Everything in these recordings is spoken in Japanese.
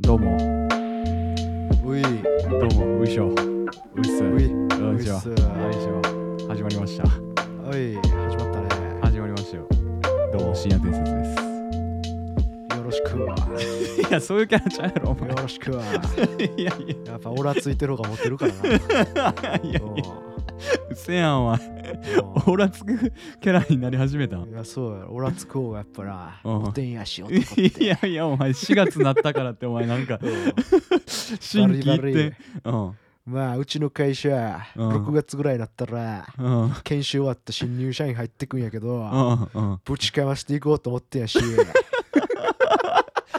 どうも、うい、どうも、ういしょ、ういっす、うい、こんにちはういっすはいしょ、始まりました。おい、始まったね。始まりましたよ。どうも、深夜伝説でよろしくわ。す。いや、そういうキャラちゃうやろ、およろし くわ。前。いやいや、やっぱオラついてる方がモテるからな。うんいやいや、うせやん、お前。オーラつくキャラになり始めた。うんいや、そうやろ。オラつく方がやっぱな、うんモテんやし、男って。いやいや、お前、4月なったからって、お前、なんか、うん新規言っバリバリて。うん。まあ、うちの会社、うん6月ぐらいになったら、うん。うん。研修終わった新入社員入ってくんやけど、うん。ぶちかましていこうと思ってん やし、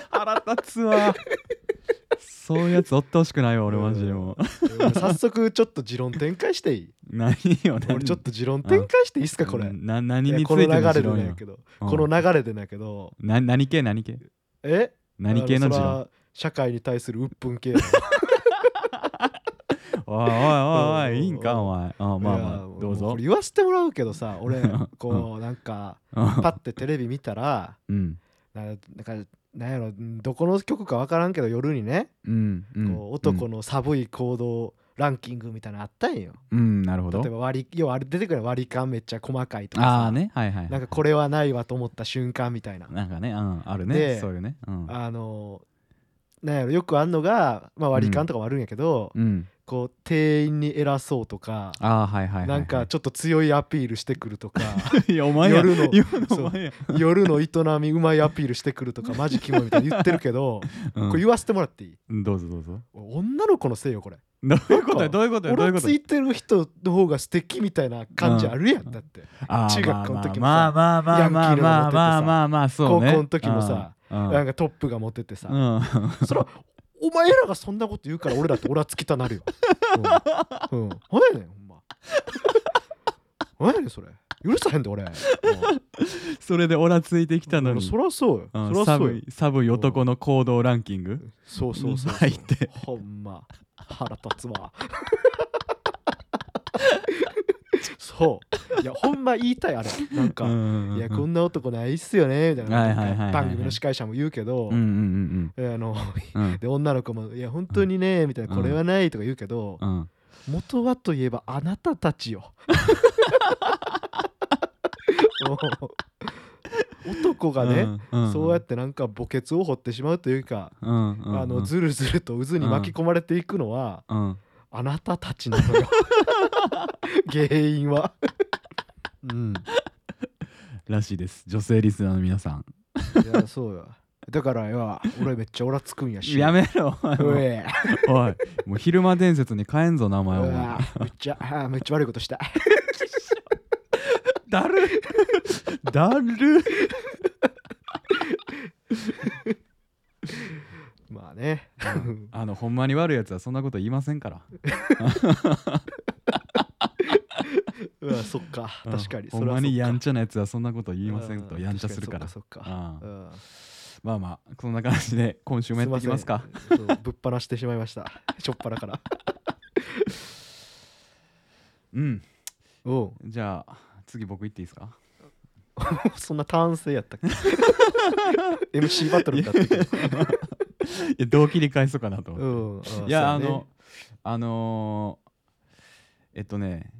腹立つわ。そういうやつおってほしくないわ、俺、マジでもう。早速ちょっと持論展開していい何よ、何俺ちょっと持論展開していいっすか、これ。な何いにつやいてこのの流れで持論なんよやけど、うんこの流れでなんやけど、な何系何系え何系の持あそ論ら社会に対する鬱憤系おいおいおいおうんいいいんかお前あまあまいやあどうもこぞれ言わせてもらうけ どさ俺こうなんかパッてテレビ見たらうんななんかなんやろんどこの曲か分からんけど夜にね、うんうんこう男の寒い行動ランキングみたいなのあったんようんうんなるほ例どえば割り要はあれ出てくる割り勘めっちゃ細かいとかさああねはいはいなんかこれはないわと思った瞬間みたいななんかねうんあるねでそういうねうんあのなんやろよくあんのが、まあ、割り勘とかもあるんやけど、うんこう店員に偉そうとかああはいはいはいはいなんかちょっと強いアピールしてくるとか いやお前や夜の夜のそうお前や夜の営みうまいアピールしてくるとかマジキモいみたいに言ってるけど うんこれ言わせてもらっていいどうぞどうぞ女の子のせいよこれどういうことなよんかどういうことよどういう俺ことつよいてる人の方が素敵みたいな感じあるやんだってあー中学校の時もさまあまあまあまあまあまあまあまあまあそうね高校の時もさうんなんかトップがモテてうさん そらお前らがそんなこと言うから俺だって俺はつきたなるようんうんほんやねんほんまほんやねんそれ許さへん で俺うんそれでオラついてきたのにそらそうようんそらそう寒よい寒い男の行動ランキングそうそうそうそう入ってほんま腹立つわそういやほんま言いたいあれなんか、いいやこんな男ないっすよねみたいな,、はいはいはいはい番組の司会者も言うけど、うんうんあの うんうんで女の子も「いや本当にね」みたいな「これはない」とか言うけど、うんうん元はといえばあなたた ちよもう男がね、んんそうやってなんか墓穴を掘ってしまうというか、うんうんうんあのずるずると渦に巻き込まれていくのは、うんあなたたちな のよ原因はうんらしいです女性リスナーの皆さんいやそうよだからよ俺めっちゃオラつくんやしやめろおおいいおいもう昼間伝説に変えんぞ名前うおわ前めっちゃあーめっちゃ悪いことしただるだるまあねあのほんまに悪いやつはそんなこと言いませんからうわそっかうん確かにほんまにやんちちゃなやつはそんなこと言いませんとやんちゃするからそっかそっかあうあんまあまあそんな感じで今週もやっていきますかすいませんそうぶっ放してしまいましたしょっぱらからうん おうじゃあ次僕行っていいですかそんな単性やったっ け MC バトルだったっけいやどう切り返そうかなとう思っんあて、ーいやあそうねのあのーえっとね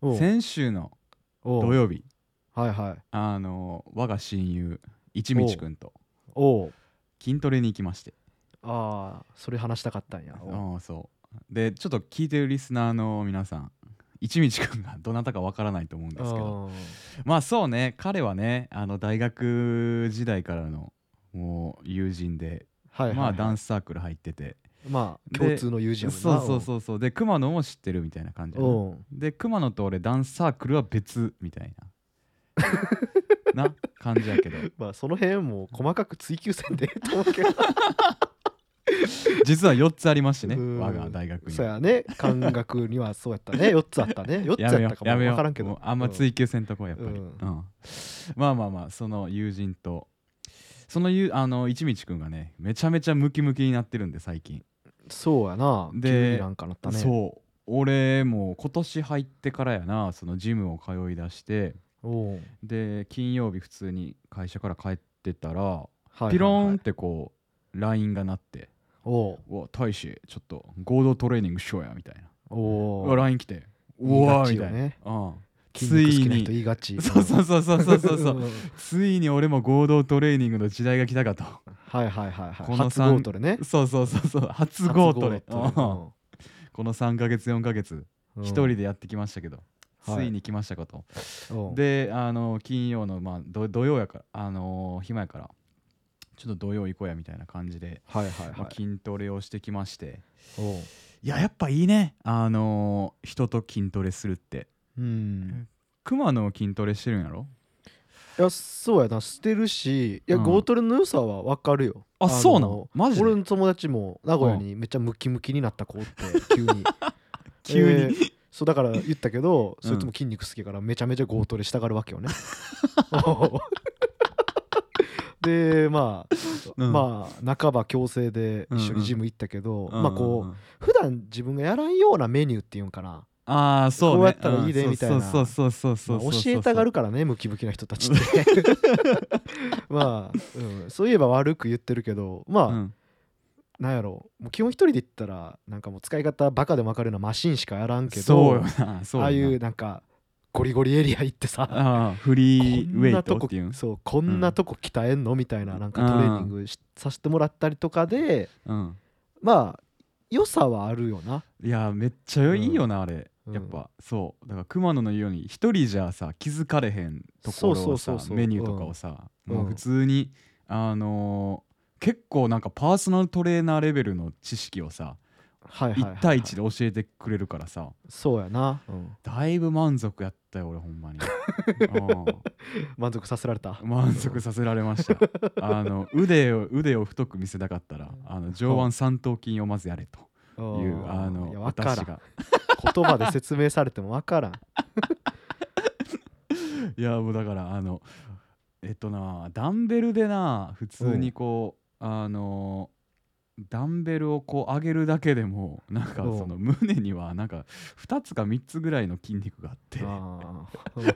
おう先週のおう土曜日はいはいあのー我が親友一道くんとおう筋トレに行きましてああそれ話したかったんやおうああそうでちょっと聞いてるリスナーの皆さん一道くんがどなたかわからないと思うんですけどうんまあそうね彼はねあの大学時代からのもう友人で、はいはいはいまあダンスサークル入っててまあで共通の友人そやうもんなそうそうそうで熊野も知ってるみたいな感じやなおうで熊野と俺ダンスサークルは別みたい なな感じやけどまあその辺も細かく追求せんでええと思うけど実は4つありますしねうん我が大学にそうやね感覚にはそうやったね4つあったね4つややめっよたかうやもめよ分うからんけどもうあんま追求せんとこうやっぱり、うんうんまあまあまあその友人とそのゆあの一道くんがねめちゃめちゃムキムキになってるんで最近、そうやなで急になんかなったねそう俺も今年入ってからやなそのジムを通い出しておうで金曜日普通に会社から帰ってたらはいはいはいピローンってこう LINE が鳴っておう「うわ大志ちょっと合同トレーニングしようや」みたいなおううわ LINE 来て「言ういがわ」ちみよたいなね、うん、筋肉好きな人つ言いがちそうそうそうそうそうそうそう うんついに俺も合同トレーニングの時代が来たかと はいはいはいはいこの初三ゴートでねそうそうそうそう初ゴ合トレうんこの3ヶ月4ヶ月一人ででやってきましたけど、はいついに来ましたかと、であの金曜の、まあ、ど土曜やからあのー暇やからちょっと土曜行こうやみたいな感じで、はいはいまはあ、い筋トレをしてきましておういややっぱいいねあのー人と筋トレするってうん熊野は筋トレしてるんやろいやそうやな捨てるしいや、うんゴートレの良さは分かるよあそうなのマジで俺の友達も名古屋にめっちゃムキムキになった子って急 に急にえーそうだから言ったけど、うんそいつも筋肉好きやからめちゃめちゃゴートレしたがるわけ よね でまあ、うんまあ半ば強制で一緒にジム行ったけど、まあこう、うんうんうん普段自分がやらんようなメニューっていうんかなああそうねこうやったらいいでうんみたいなそうそうそうそうそうそうまあそう教えたがるからねムキムキな人たちって まあ、うん、そういえば悪く言ってるけどまあ、うんなんやろもう基本一人で言ったらなんかもう使い方バカでも分かるようなマシンしかやらんけどそうよなそうよなああいうなんかゴリゴリエリア行ってさああフリーウこんェイなトとこっていうんそうこんなとこ鍛えんのみたいななんかトレーニングしさせてもらったりとかでうんまあ良さはあるよな。いやめっちゃいいよな、あれうんやっぱそうだから熊野の言うように一人じゃさ気づかれへんところをそうそうそうさそうメニューとかをさ、うんもう普通にあのー結構なんかパーソナルトレーナーレベルの知識をさはいはいはいはい1対1で教えてくれるからさそうやな、うんだいぶ満足やったよ俺ほん まにうん満足させられた。満足させられましたあの腕を腕を太く見せたかったらあの上腕三頭筋をまずやれとうんいうあいやのわから私んが言葉で説明されても 分からん。いやもうだからあのえっとなダンベルでな普通にこうあのダンベルをこう上げるだけでもなんかうんその胸にはなんか2つか3つぐらいの筋肉があってあ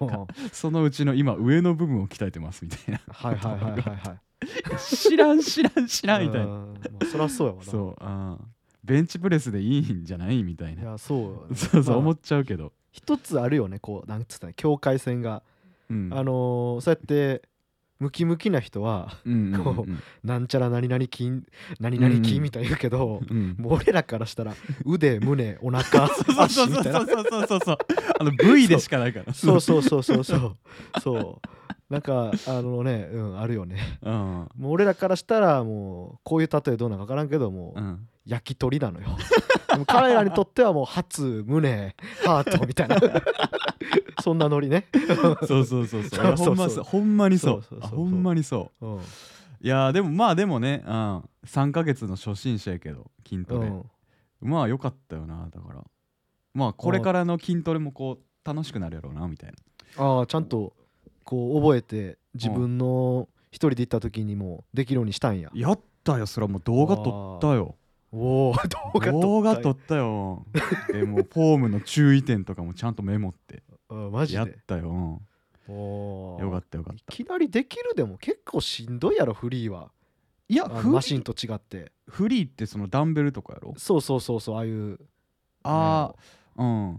あそのうちの今上の部分を鍛えてますみたいな はいはいはいはいはい。知らん知らん知らんみたいうんなまあそりゃそうやわな。そうあーベンチプレスでいいんじゃないみたいいなやそうよ ねそうそう、まあ思っちゃうけど。一つあるよねこうなんつったら境界線が、うんあのーそうやってムキムキな人はうんうんこなんちゃら何々筋何々うんう筋んみたいに言うけど、うんうんもう俺らからしたら腕胸お 腹そうそ足うみそうたいそなうそうそう そう。あの V でしかないから。そうそうそうそうそうそうなんかあのねうんあるよねうん。もう俺らからしたらもうこういう例えどうなのか分からんけども、うん。焼き鳥なのよ でも彼らにとってはもう初胸ハートみたいな そんなノリね、そうそうそうそう。いそうそうやそほんうまそうほんまにそうそうそあう。そうそほうんまにそ うんうんう。いやーでもまあでもね、うん。三ヶ月の初心者やけど筋トレ。まあ良かったよなだから。まあこれからの筋トレもこう楽しくなるやろうなみたいな。ああちゃんとこう覚えて自分の一人で行った時にもできるようにしたんややったよそれはもう動画撮ったよ。おお動画撮った動画撮ったよ。でもうフォームの注意点とかもちゃんとメモってうんマジやっでたよ。うんおーよかったよかっいた。きなりできるでも結構しんどいやろフリーはいやあのマシンと違ってフリーってそのダンベルとかやろそうそうそうそうああいうああうんあ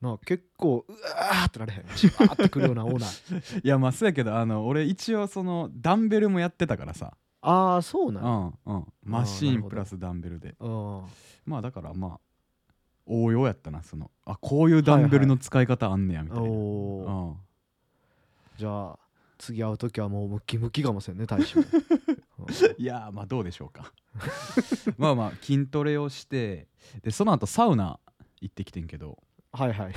なあ結構うわーってなれへんじわーってくるようなオーナーいやまあそうやけどあの俺一応そのダンベルもやってたからさああそううなんやんうんマシなるーほンどプラスダンベルでうんまあだからまあ応用やったなそのあこういうダンベルの使い方あんねやみたいな、おーうんじゃあ次会う時はもうムキムキかもしれんね 大将いやーまあどうでしょうかまあまあ筋トレをしてでその後サウナ行ってきてんけどはいはい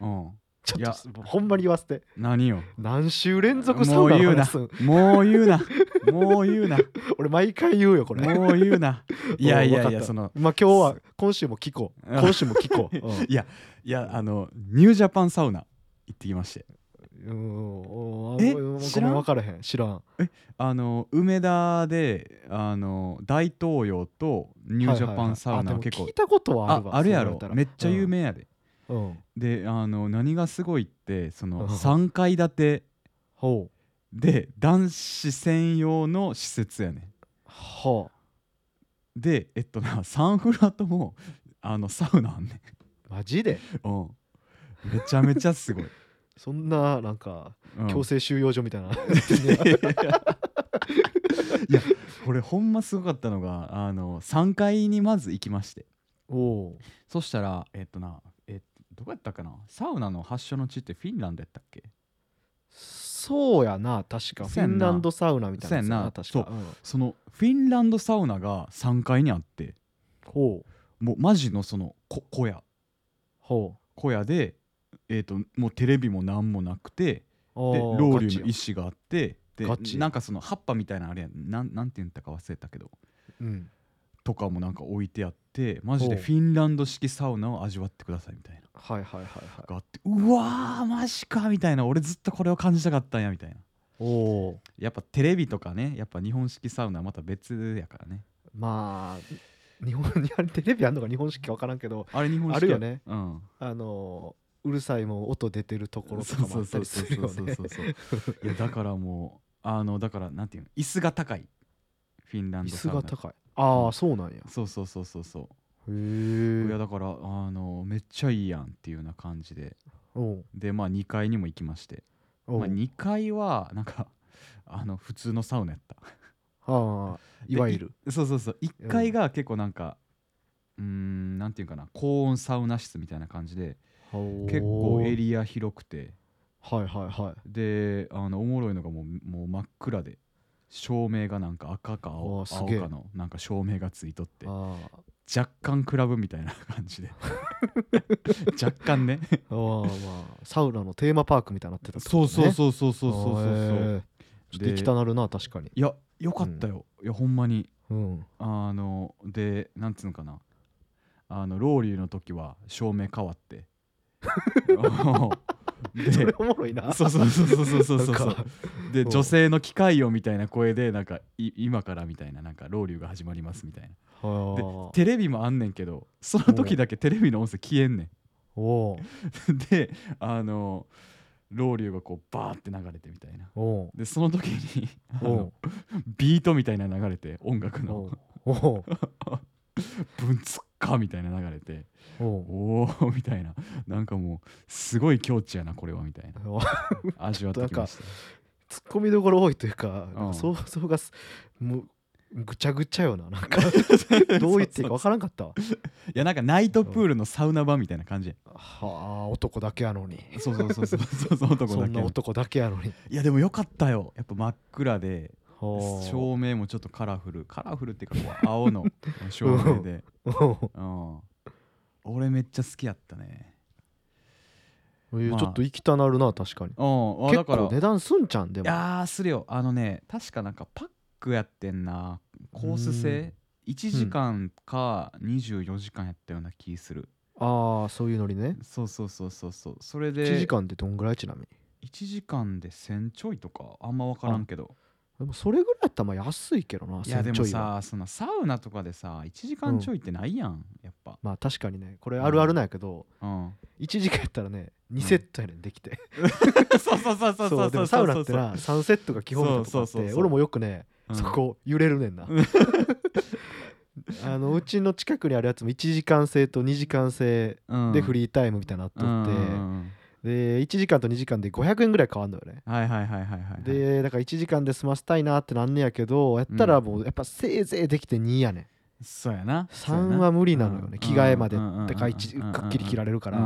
うんちいょやっとほんまに言わせて何よ何週連続サウナの話すんもう言うなもう言うな 俺毎回言うよこれもう言うないやいやいやそのまあ今日は今週も聞こう今週も 聞こう、うんいやあのニュージャパンサウナ行ってきましてうんえ知知ららんん分からへん知らんあの梅田であの大東洋とニュージャパンサウナはいははいはいあでも結構聞いたことはああるわあるやそうろ言わめれったらちゃ有名やでうんうんであの何がすごいってそのうん3階建てほうで男子専用の施設やねはんでえっとな サンフラともあのサウナあんねんあマジでうんめちゃめちゃすごい、そんななんかうん 強制収容所みたいな いやこれほんますごかったのがあの3階にまず行きましておおそしたらえっとなえどこやったかなサウナの発祥の地ってフィンランドやったっけそうやな確かフそうやィんなンランドサウナみたいなやつやな確そうやかうんそのフィンランドサウナが3階にあってほうもうマジのそのこ小屋ほ小屋でえっともうテレビも何もなくてうでおローウリュのガチ石があってでガチなんかその葉っぱみたいなあれやんなんなんて言ったか忘れたけどやうんとかもなんか置いてあってマジでほうフィンランド式サウナを味わってくださいみたいなはいはいはいはいがあってうわーマジかみたいな俺ずっとこれを感じたかったんやみたいなおおやっぱテレビとかねやっぱ日本式サウナはまた別やからねまあ日本にあれテレビあんのか日本式か分からんけどあれ日本式あるよねうんあのーうるさいもん音出てるところとかもあったりするよねそうそうそうそうそうそういやだからもうあのだからなんていうの椅子が高いフィンラン椅ドサ子ウナが高いああそうなんやそうそうそうそうそういやへえだからあのめっちゃいいやんっていうような感じでおうでまあ2階にも行きまして、おう、まあ、2階はなんか あの普通のサウナやったああいわゆるでいそうそうそう1階が結構なんかうーんなんていうかな高温サウナ室みたいな感じで結構エリア広くてアはいはいはいであのおもろいのがもうもう真っ暗で照明がなんか赤かわ青あす青げえかのなんか照明がついとってああ若干クラブみたいな感じで若干ねああまあサウナのテーマパークみたいになってたってことそうねそうそうそうそうそうそうあそあへうえちょっと行きたなるな確かにいやよかったよ、いやほんまにうんあのでなんつうのかなあのロウリュの時は照明変わって でそれおもろいなそうそうそうそうそうそうそうなんかでうん女性の機械よみたいな声でなんかい今からみたいななんかロウリュが始まりますみたいなああでテレビもあんねんけどその時だけテレビの音声消えんねおおうん であのロウリュがこうバーって流れてみたいなおうでその時にあおのうビートみたいな流れて音楽のおうおうブンツッカーみたいな流れておうおおみたいななんかもうすごい境地やなこれはみたいな味わってきましたツッコミどころ多いというかなんうんか想像がすもうぐちゃぐちゃよななんかどう 言っていいか分からんかったわいやなんかナイトプールのサウナ版みたいな感じやはあ男だけやのにそうそうそうそうそうそう男そだんけな男だけやのにいやでもよかったよやっぱ真っ暗では照明もちょっとカラフルカラフルっていうかこう青の照明 で、あうん、俺めっちゃ好きやったねえーまあちょっと行きたなるな確かにうんあ結だから構値段すんじゃんでいもやーするよあのね確かなんかパックやってんなコース制1時間か24時間やったような気する、ああそういうのにねそうそうそうそうそうそれで1時間ってどんぐらいちなみに1時間で1000ちょいとかあんま分からんけどでもそれぐらいやったらまあ安いけどないやで1000ちもょいはさそのサウナとかでさ1時間ちょいってないやん、やっぱ、まあ確かにねこれあるあるなんやけどうん、 1時間やったらね2セットやねんできてそうそう そうそうそそううでそうもサウナってな3セットが基本だとかあっそうそうそうてそう俺もよくねうんそこ揺れるねんなう あのうちの近くにあるやつも1時間制と2時間制うんでフリータイムみたいなうんのあっとっうんうんてで1時間と2時間で500円ぐらい変わんのよねはいはいはいはいはいでだから1時間で済ませたいなってなんねやけどやったらもうやっぱせいぜいできて2やねんそうやな3は無理なのよね着替えまでてか一くくっきり切られるれるかから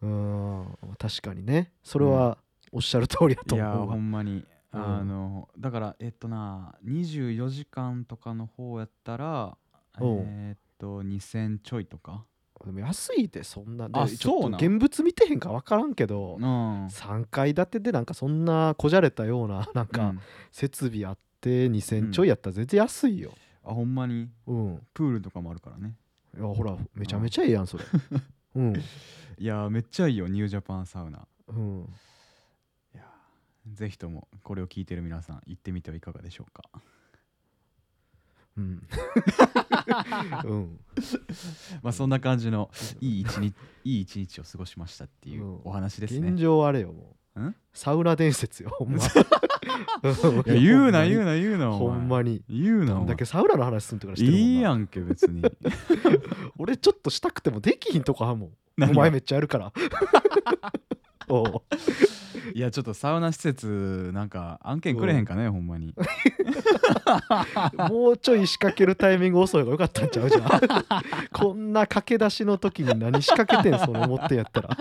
うーん確かにねそれうはおっしゃる通りやといや思うほわんまにうんあのだからえっとな24時間とかの方やったらえおうーっと2000ちょいとかでも安いでそんなあでちょそうっとなん現物見てへんか分からんけどうん3階建てでなんかそんなこじゃれたようななんう かん設備あっって2000ちょいやったら全然安いよ、あほんまにうん、プールとかもあるからねいやほらめちゃめちゃええやん それうんいやーめっちゃいいよニュージャパンサウナうんいやーぜひともこれを聞いてる皆さん行ってみてはいかがでしょうかうん うんまあそんな感じのいい一日 いい一日を過ごしましたっていうお話ですね現。状あれよもうんサウナ伝説よ ほんま いや言うな言うなな言うなおほ前んまに言うなどおん前だけサウナの話すんとからしてるもんないいやんけ別に俺ちょっとしたくてもできひんとこはもう 何おが前めっちゃやるから おういやちょっとサウナ施設なんか案件くれへんかね、ほんま にもうちょい仕掛けるタイミング遅い方がよかったんちゃうじゃん こんな駆け出しの時に何仕掛けてんそれ思ってやったら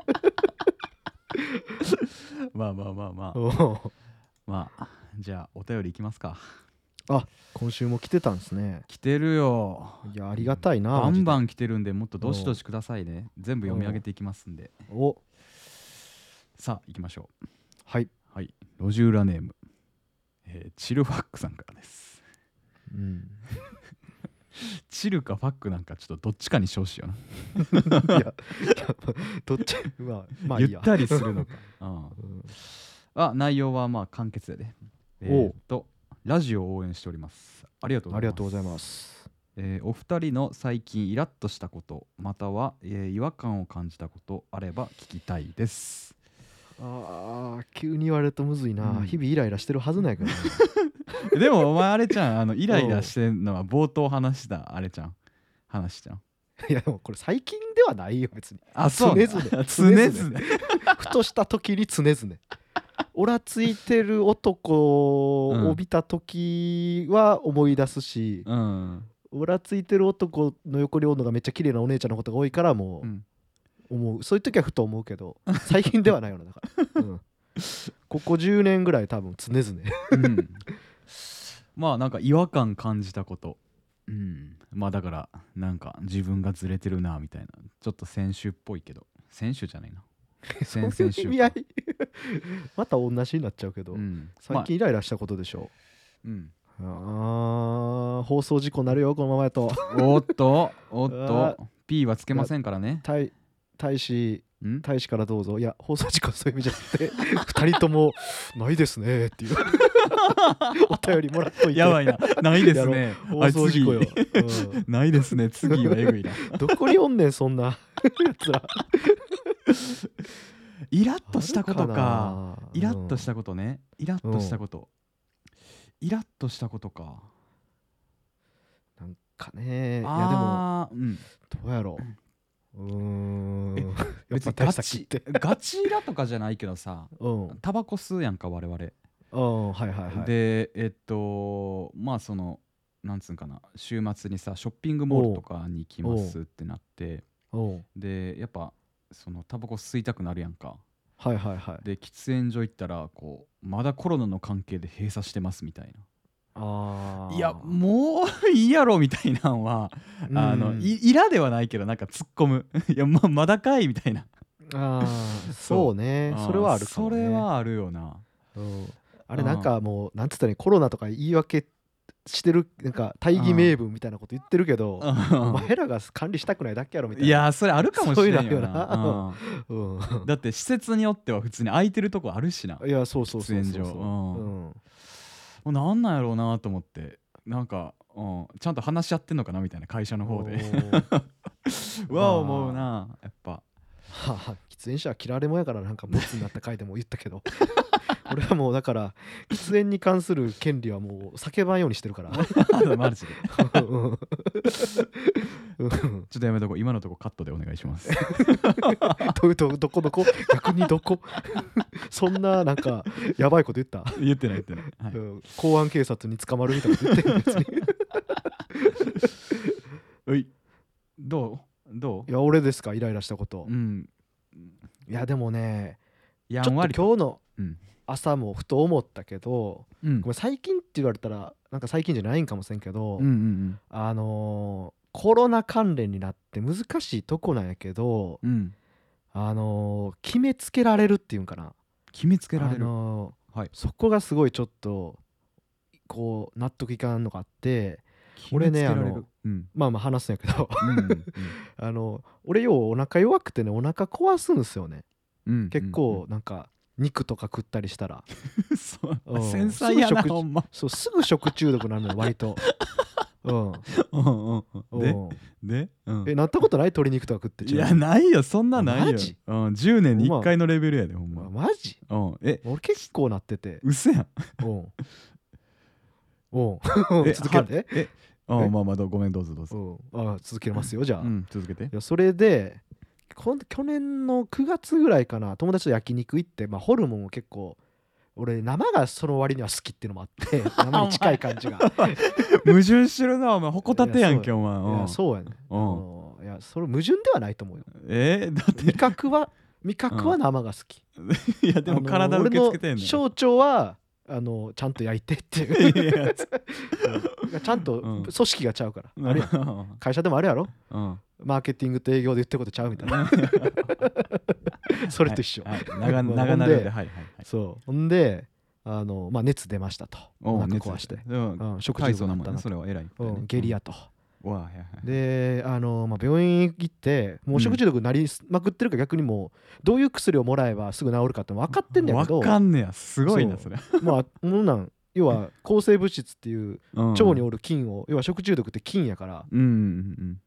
まあまあまあまあおうまあじゃあお便りいきますか今週も来てたんですね来てるよいやありがたいなバンバンン来てるんでもっとどしどしくださいね全部読み上げていきますんでおさあ行きましょはい、うはい路地裏ネーム、えーチルファックさんからですうん、チルかファックなんかちょっとどっちかにしてほしいよな、 いやいやどっちまあまあいいゆやったりするの か、うんうんあ内容はまあ簡潔やで。えおうーっとラジオを応援しております。ありがとうごあざいます。。りがとうございますすえーお二人の最近イラッとしたことまたは、えー違和感を感じたことあれば聞きたいです。 あー急に言われるとむずいな、うん日々イライラしてるはずない からなでもお前あれちゃんあのイライラしてんのは冒頭話したあれちゃん話ちゃん。いやでもこれ最近ではないよ別にあそうね常々常々。ふとした時に常々オラついてる男を見た時は思い出すし、うん。オラついてる男の横におるのがめっちゃ綺麗なお姉ちゃんのことが多いからもうんう思うそういう時はふと思うけど最近ではないよなだから、うんここ10年ぐらい多分常々うんまあなんか違和感感じたこと、うん、まあだからなんか自分がずれてるなみたいなちょっと先週っぽいけど先週じゃない なそうい先う々週意味合いまた同じになっちゃうけど、うん最近イライラしたことでしょまあうんう、あー放送事故なるよこのまま やとおっとおっうわと P はつけませんからね大大使ん大使からどうぞいや放送事故はそういう意味じゃなくて 二人ともないですねっ ていうお便りもらっといてやばいなないですね放送事故よあ、次うんないですね次はえぐい などこにおんねんそんなやつらイラッとしたことかあるイなラッとしたことねイラッとしたことイラッとしたことかうんなんかねいやでもああうんどうやろううーんえやっ別ぱに大ガ使っチてガチイラとかじゃないけどさうんタバコ吸うやんか我々、うんはいはいはいでえっとまあそのなんつうんかな週末にさショッピングモールとかに行きますってなってうんでやっぱそのタバコ吸いたくなるやんかはいはいはいで喫煙所行ったらこうまだコロナの関係で閉鎖してますみたいあなーいやもういいやろみたいなんは、うんあのいイラではないけどなんか突っ込む いやままだかいみたいなあーそうねうんそれはあるかもそねれはあるよ なうんあれなんかもうなんつったらいいコロナとか言い訳してるなんか大義名分みたいなこと言ってるけどお前らが管理したくないだけやろみたいないやーそれあるかもしれないよなそううんうんだって施設によっては普通に空いてるとこあるしな、もいやそうそうそう喫そ煙う所そううんうんうなんなんやろうなと思ってなんか、うん、ちゃんと話し合ってんのかなみたいな会社の方でおーうわ思うなやっぱはは喫煙者は嫌われもんやからなんかボツになった回でも言ったけど 俺はもうだから喫煙に関する権利はもう叫ばんようにしてるから マジでうんうんちょっとやめとこう今のとこカットでお願いします どどどこどこ逆にどこそんななんかやばいこと言った言ってない言ってない、はいうん公安警察に捕まるみたいなこと言ってるんですねういどうどいや俺ですかイライラしたことううんいやでもねやちょんっわとり今日のうん朝もふと思ったけどうんごめん最近って言われたらなんか最近じゃないんかもしれんけど、うんうんあのーコロナ関連になって難しいとこなんやけどうんうんあのー決めつけられるっていうんかな決めつけられる、あのーはいそこがすごいちょっとこう納得いかんのがあって俺ね決めつけられあるのうんまあまあ話すんやけど うんうんあの俺ようお腹弱くてねお腹壊すんすよねうんうん結構なんか肉とか食ったりしたらうんそううん繊細やなすぐ食事ほんまそうすぐ食中毒になるのよ 割とうんうんうんうでんでうんえなったことない鶏肉とか食っていちなやみにないよそんなないよマジうん10年に1回のレベルやでほんあまマジうんえ俺結構なっててうせやんうんうん え 続けてえあえまあまあどごめんどうぞどうぞうんあ続けますよじゃあ、ういん続けてやそれでこん去年の9月ぐらいかな友達と焼肉行って、まあ、ホルモンも結構俺生がその割には好きっていうのもあって生に近い感じが矛盾してるなお前ほこたてやんけお前いうやんそうやねあうんのいやそれ矛盾ではないと思うよえーだ味覚は味覚は生が好き、っていやでも体受け付けてんねねん小腸はあのちゃんと焼いてってい いうやうんちゃんとうん組織がちゃうから、あなれるほやど会社でもあるやろうんマーケティングと営業で言ってることちゃうみたいな それと一緒、はいはい長まあ長なほるんではでいはいはいそうほんであの、まあ、熱出ましたとおお腹熱壊して、うんうん、食中大毒層にななっもたんなねとそれは偉いうん下痢やと、うんわあはいはいであの、まあ、病院行ってもう食中毒になりまくってるから逆にもうどういう薬をもらえばすぐ治るかって分かってんだけどわかんねやすごいなそうそれまあそんなん要は抗生物質っていう腸腸におる菌を要は食中毒って菌やからうんうん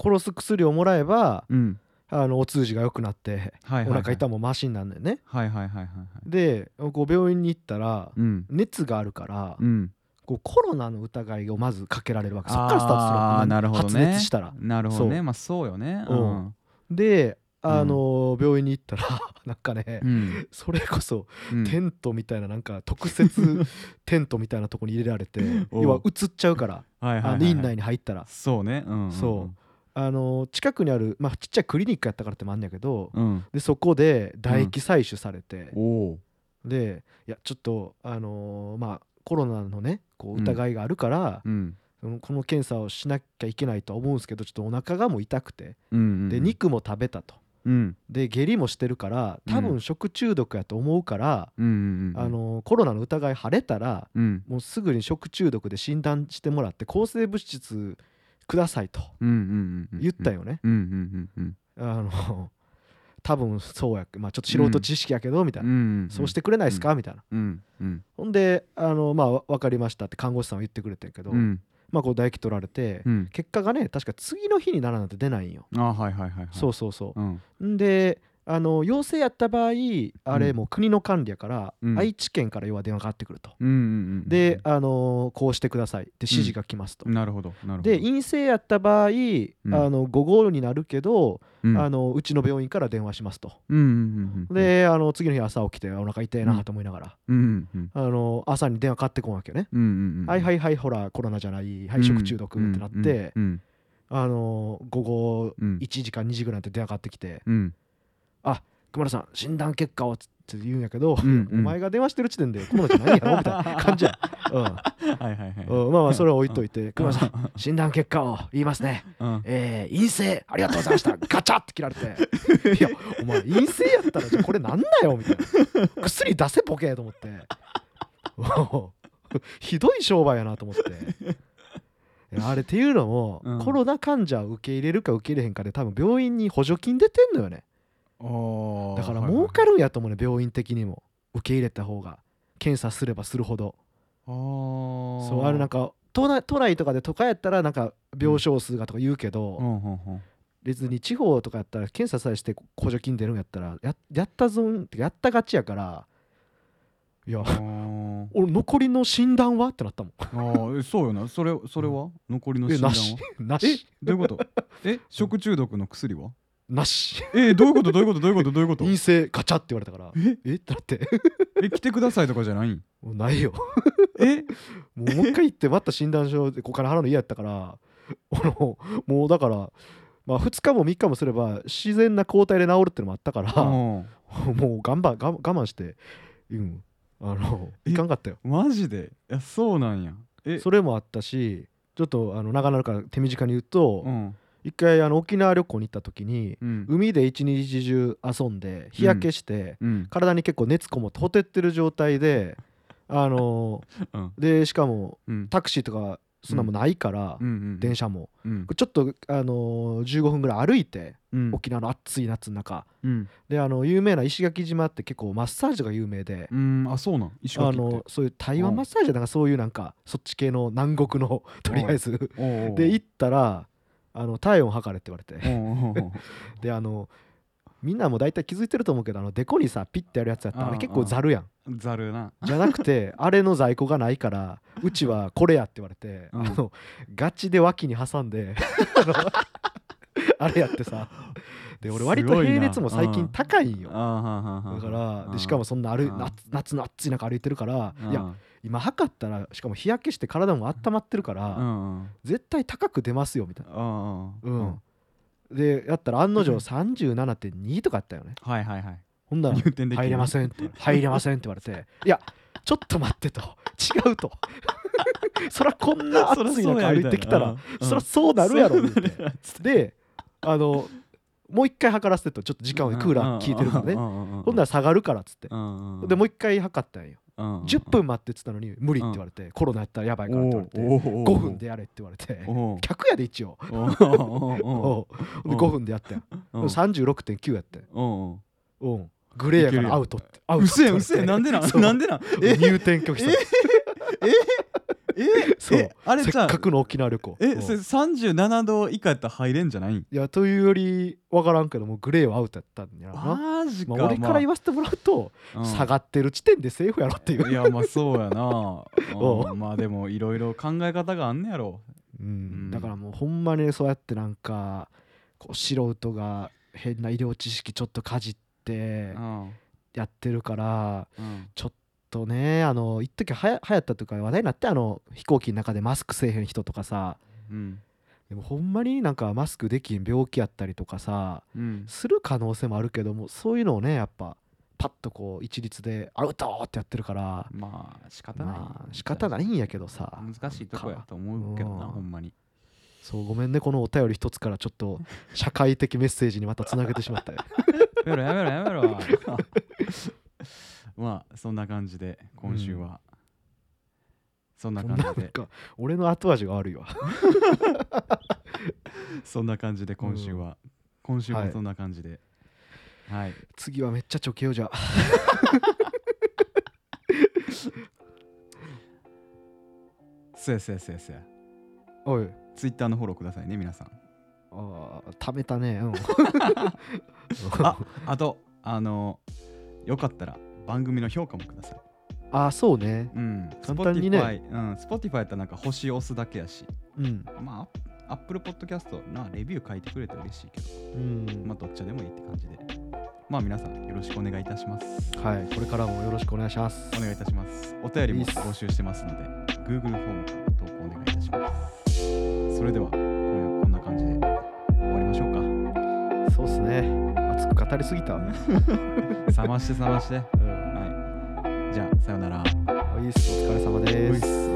殺す薬をもらえばうんうんあのお通じが良くなってはいはいおはい腹痛もマシになるんだよねはいはいはいはいはいでこう病院に行ったらうん熱があるからうんこうコロナの疑いをまずかけられるわけそっからスタートするわあーけなるほどね発熱したらなるほどそねうまあそうよねううんんであの病院に行ったら なんかねうんそれこそうんテントみたいななんか 特設テントみたいなとこに入れられておう要は移っちゃうからはいはいはあいのはい院内に入ったらそうねうんんんそうあの近くにある、まあ、ちっちゃいクリニックやったからってもあんねんけど、うんでそこで唾液採取されて、おおでいやちょっとあのーまあコロナのねこう疑いがあるから、うんそのこの検査をしなきゃいけないとは思うんですけどちょっとお腹がもう痛くてうんうんで肉も食べたとうんで下痢もしてるから多う分ん食中毒やと思うから、うんうんうんあのーコロナの疑い晴れたらうんもうすぐに食中毒で診断してもらって抗生物質くださいとうんうんうん言ったよね。うんうんうんあの多分そうやまあちょっと素人知識やけどみたういんな、うんんそうしてくれないですかみたいなうんうんほんであのまあ分かりましたって看護師さんは言ってくれてんけど、うんまあこう唾液取られて、うん結果がね確か次の日にならなんて出ないんよ、あはいはいはいはいそうそうそうんう、ん、であの陽性やった場合あれもう国の管理やから、うん愛知県から要は電話がかかってくると、うんうんうんで、あのこうしてくださいって指示が来ますと、なるほどなるほどで陰性やった場合、んあの午後になるけど、うんあのうちの病院から電話しますと、うんうんうんうんで、あの次の日朝起きてお腹痛いなと思いながら、うんうんうんあの朝に電話かかってこんわけよね、うんうんうんはいはいいはいほらコロナじゃないはい食中毒ってなって、うんあの午後うん1時か2時ぐらいで電話かかってきてうん「熊田さん診断結果を」つって言うんやけど、うんお前が電話してる時点でコロナじゃないんやろみたいな感じ や、うんはいはいはいうんまあまあそれは置いといて「熊田さんん診断結果を言いますね、うんえー、陰性ありがとうござい ました」ガチャって切られて「いやお前陰性やったらじゃあこれなんだよ」みたいな「薬出せボケ」と思って おうひどい商売やなと思って。いやあれっていうのも、うんコロナ患者を受け入れるか受け入れへんかで多分病院に補助金出てんのよねおーだからはいはい儲かるんやと思うね病院的にも受け入れた方が検査すればするほどあーそうあれなんか都内都内とかで都会やったらなんか病床数がとか言うけど、うんうんうん別に地方とかやったら検査さえして補助金出るんやったらややったぞんやったがちやからいやあ俺残りの診断はってなったもんーえそうよなそれそれは残りのえ診断なはしなえし どういうことえ食中毒の薬はなしえどういうことどういうことどういうことどういうこと陰性ガチャって言われたからええってなって え来てくださいとかじゃないんもうないよえもうもう一回行ってまた診断書でこう金払うの嫌やったから あのもうだから、まあ、2日も3日もすれば自然な抗体で治るってのもあったからもうんう頑張我慢我慢して、うん、あのえいかんかったよマジでいやそうなんやえそれもあったしちょっとあの長々から手短に言うとうん一回あの沖縄旅行に行った時にうん海で一日中遊んで日焼けしてうん体に結構熱こもってほてってる状態であのうんでしかもうんタクシーとかそんなもんないから、うんうん電車もうんちょっと、あの15分ぐらい歩いてうん沖縄の暑い夏の中うんであの有名な石垣島って結構マッサージが有名で、うんあそうなん石あ垣ってのそういう台湾マッサージだからそういうなんかそっち系の南国の とりあえずおうおうで行ったらあの体温測れって言われておうおうおうであのみんなも大体気づいてると思うけどあのデコにさピッてやるやつやったらあれ結うん構うんざるやんざるなじゃな くてあれの在庫がないからうちはこれやって言われて、うんあのガチで脇に挟んであ のあれやってさで俺割すとごいな平熱も最近高いんよああはははだからでしかもそんな歩いうん夏夏の暑い中歩いてるからうんいや今測ったらしかも日焼けして体も温まってるかうらんうん絶対高く出ますよみたいなああうんでやったら案の定37.2とかあったよねはいはいはいほんなら入店でき入れませんって入れませんって言われていやちょっと待ってと違うと そらこんな暑い中歩いてきたらそらそうなるやろ言うてであのもう一回測らせてとちょっと時間をクーラー効いてるからねほほんなら下がるからっつってでもうう一回測ったんよ10分待ってって言ったのに無理って言われてコロナやったらやばいからって言われて5 5分でやれって言われて5客やで一応うん5分でやったよ36.9やってうんグレーやからアウトってアウうトってせえ言わうれてせえなんでなんそうなんでなんえ入店拒否されたえそうえあれせっじゃあかくの沖縄旅行うえんそれ37度以下やったら入れんじゃないんいやというより分からんけどもうグレーはアウトやったんやろな、マジかまあ、俺から言わせてもらうと、まあうん下がってる時点でセーフやろっていう、いやまあそう やなおううんまあでもいろいろ考え方があんねやろうんんだからもうほんまにそうやってなんかこう素人が変な医療知識ちょっとかじってうんやってるからうんちょっとねあの一時はや流行ったというか話題になってあの飛行機の中でマスクせえへん人とかさうんでもほんまになんかマスクできん病気やったりとかさうんする可能性もあるけどもそういうのをねやっぱパッとこう一律でアウトってやってるからまあ仕方ないまあ仕方ないんやけどさ難しいとこやかと思うけどなうんほんまにそうごめんねこのお便り一つからちょ っと社会的メッセージにまたつなげてしまったよやめろやめろやめろ まあそんな感じで今週は そんなな感んじでか俺の後味が悪いわそんな感じで今週は今週はもいそんな感じではい次はめっちゃちょけようじゃあそうやそうやそうやそうやおいツイッターのフォローくださいね皆さんあーためたねうん ああとあのよかったら番組の評価もくださいあそうねうん簡単にね Spotify うん Spotify やったらなんか星押すだけやしうんまあ Apple Podcast なレビュー書いてくれて嬉しいけどうん、まあどっちでもいいって感じでまあ皆さんよろしくお願いいたしますはいこれからもよろしくお願いしますお願いいたしますお便りいいもっす募集してますので Google フォームから投稿お願いいたしますそれでは今夜こんな感じで終わりましょうかそうっすね熱く語りすぎたわ、冷まして冷ましてうんはいじゃあさようならいいっすお疲れ様ですういっす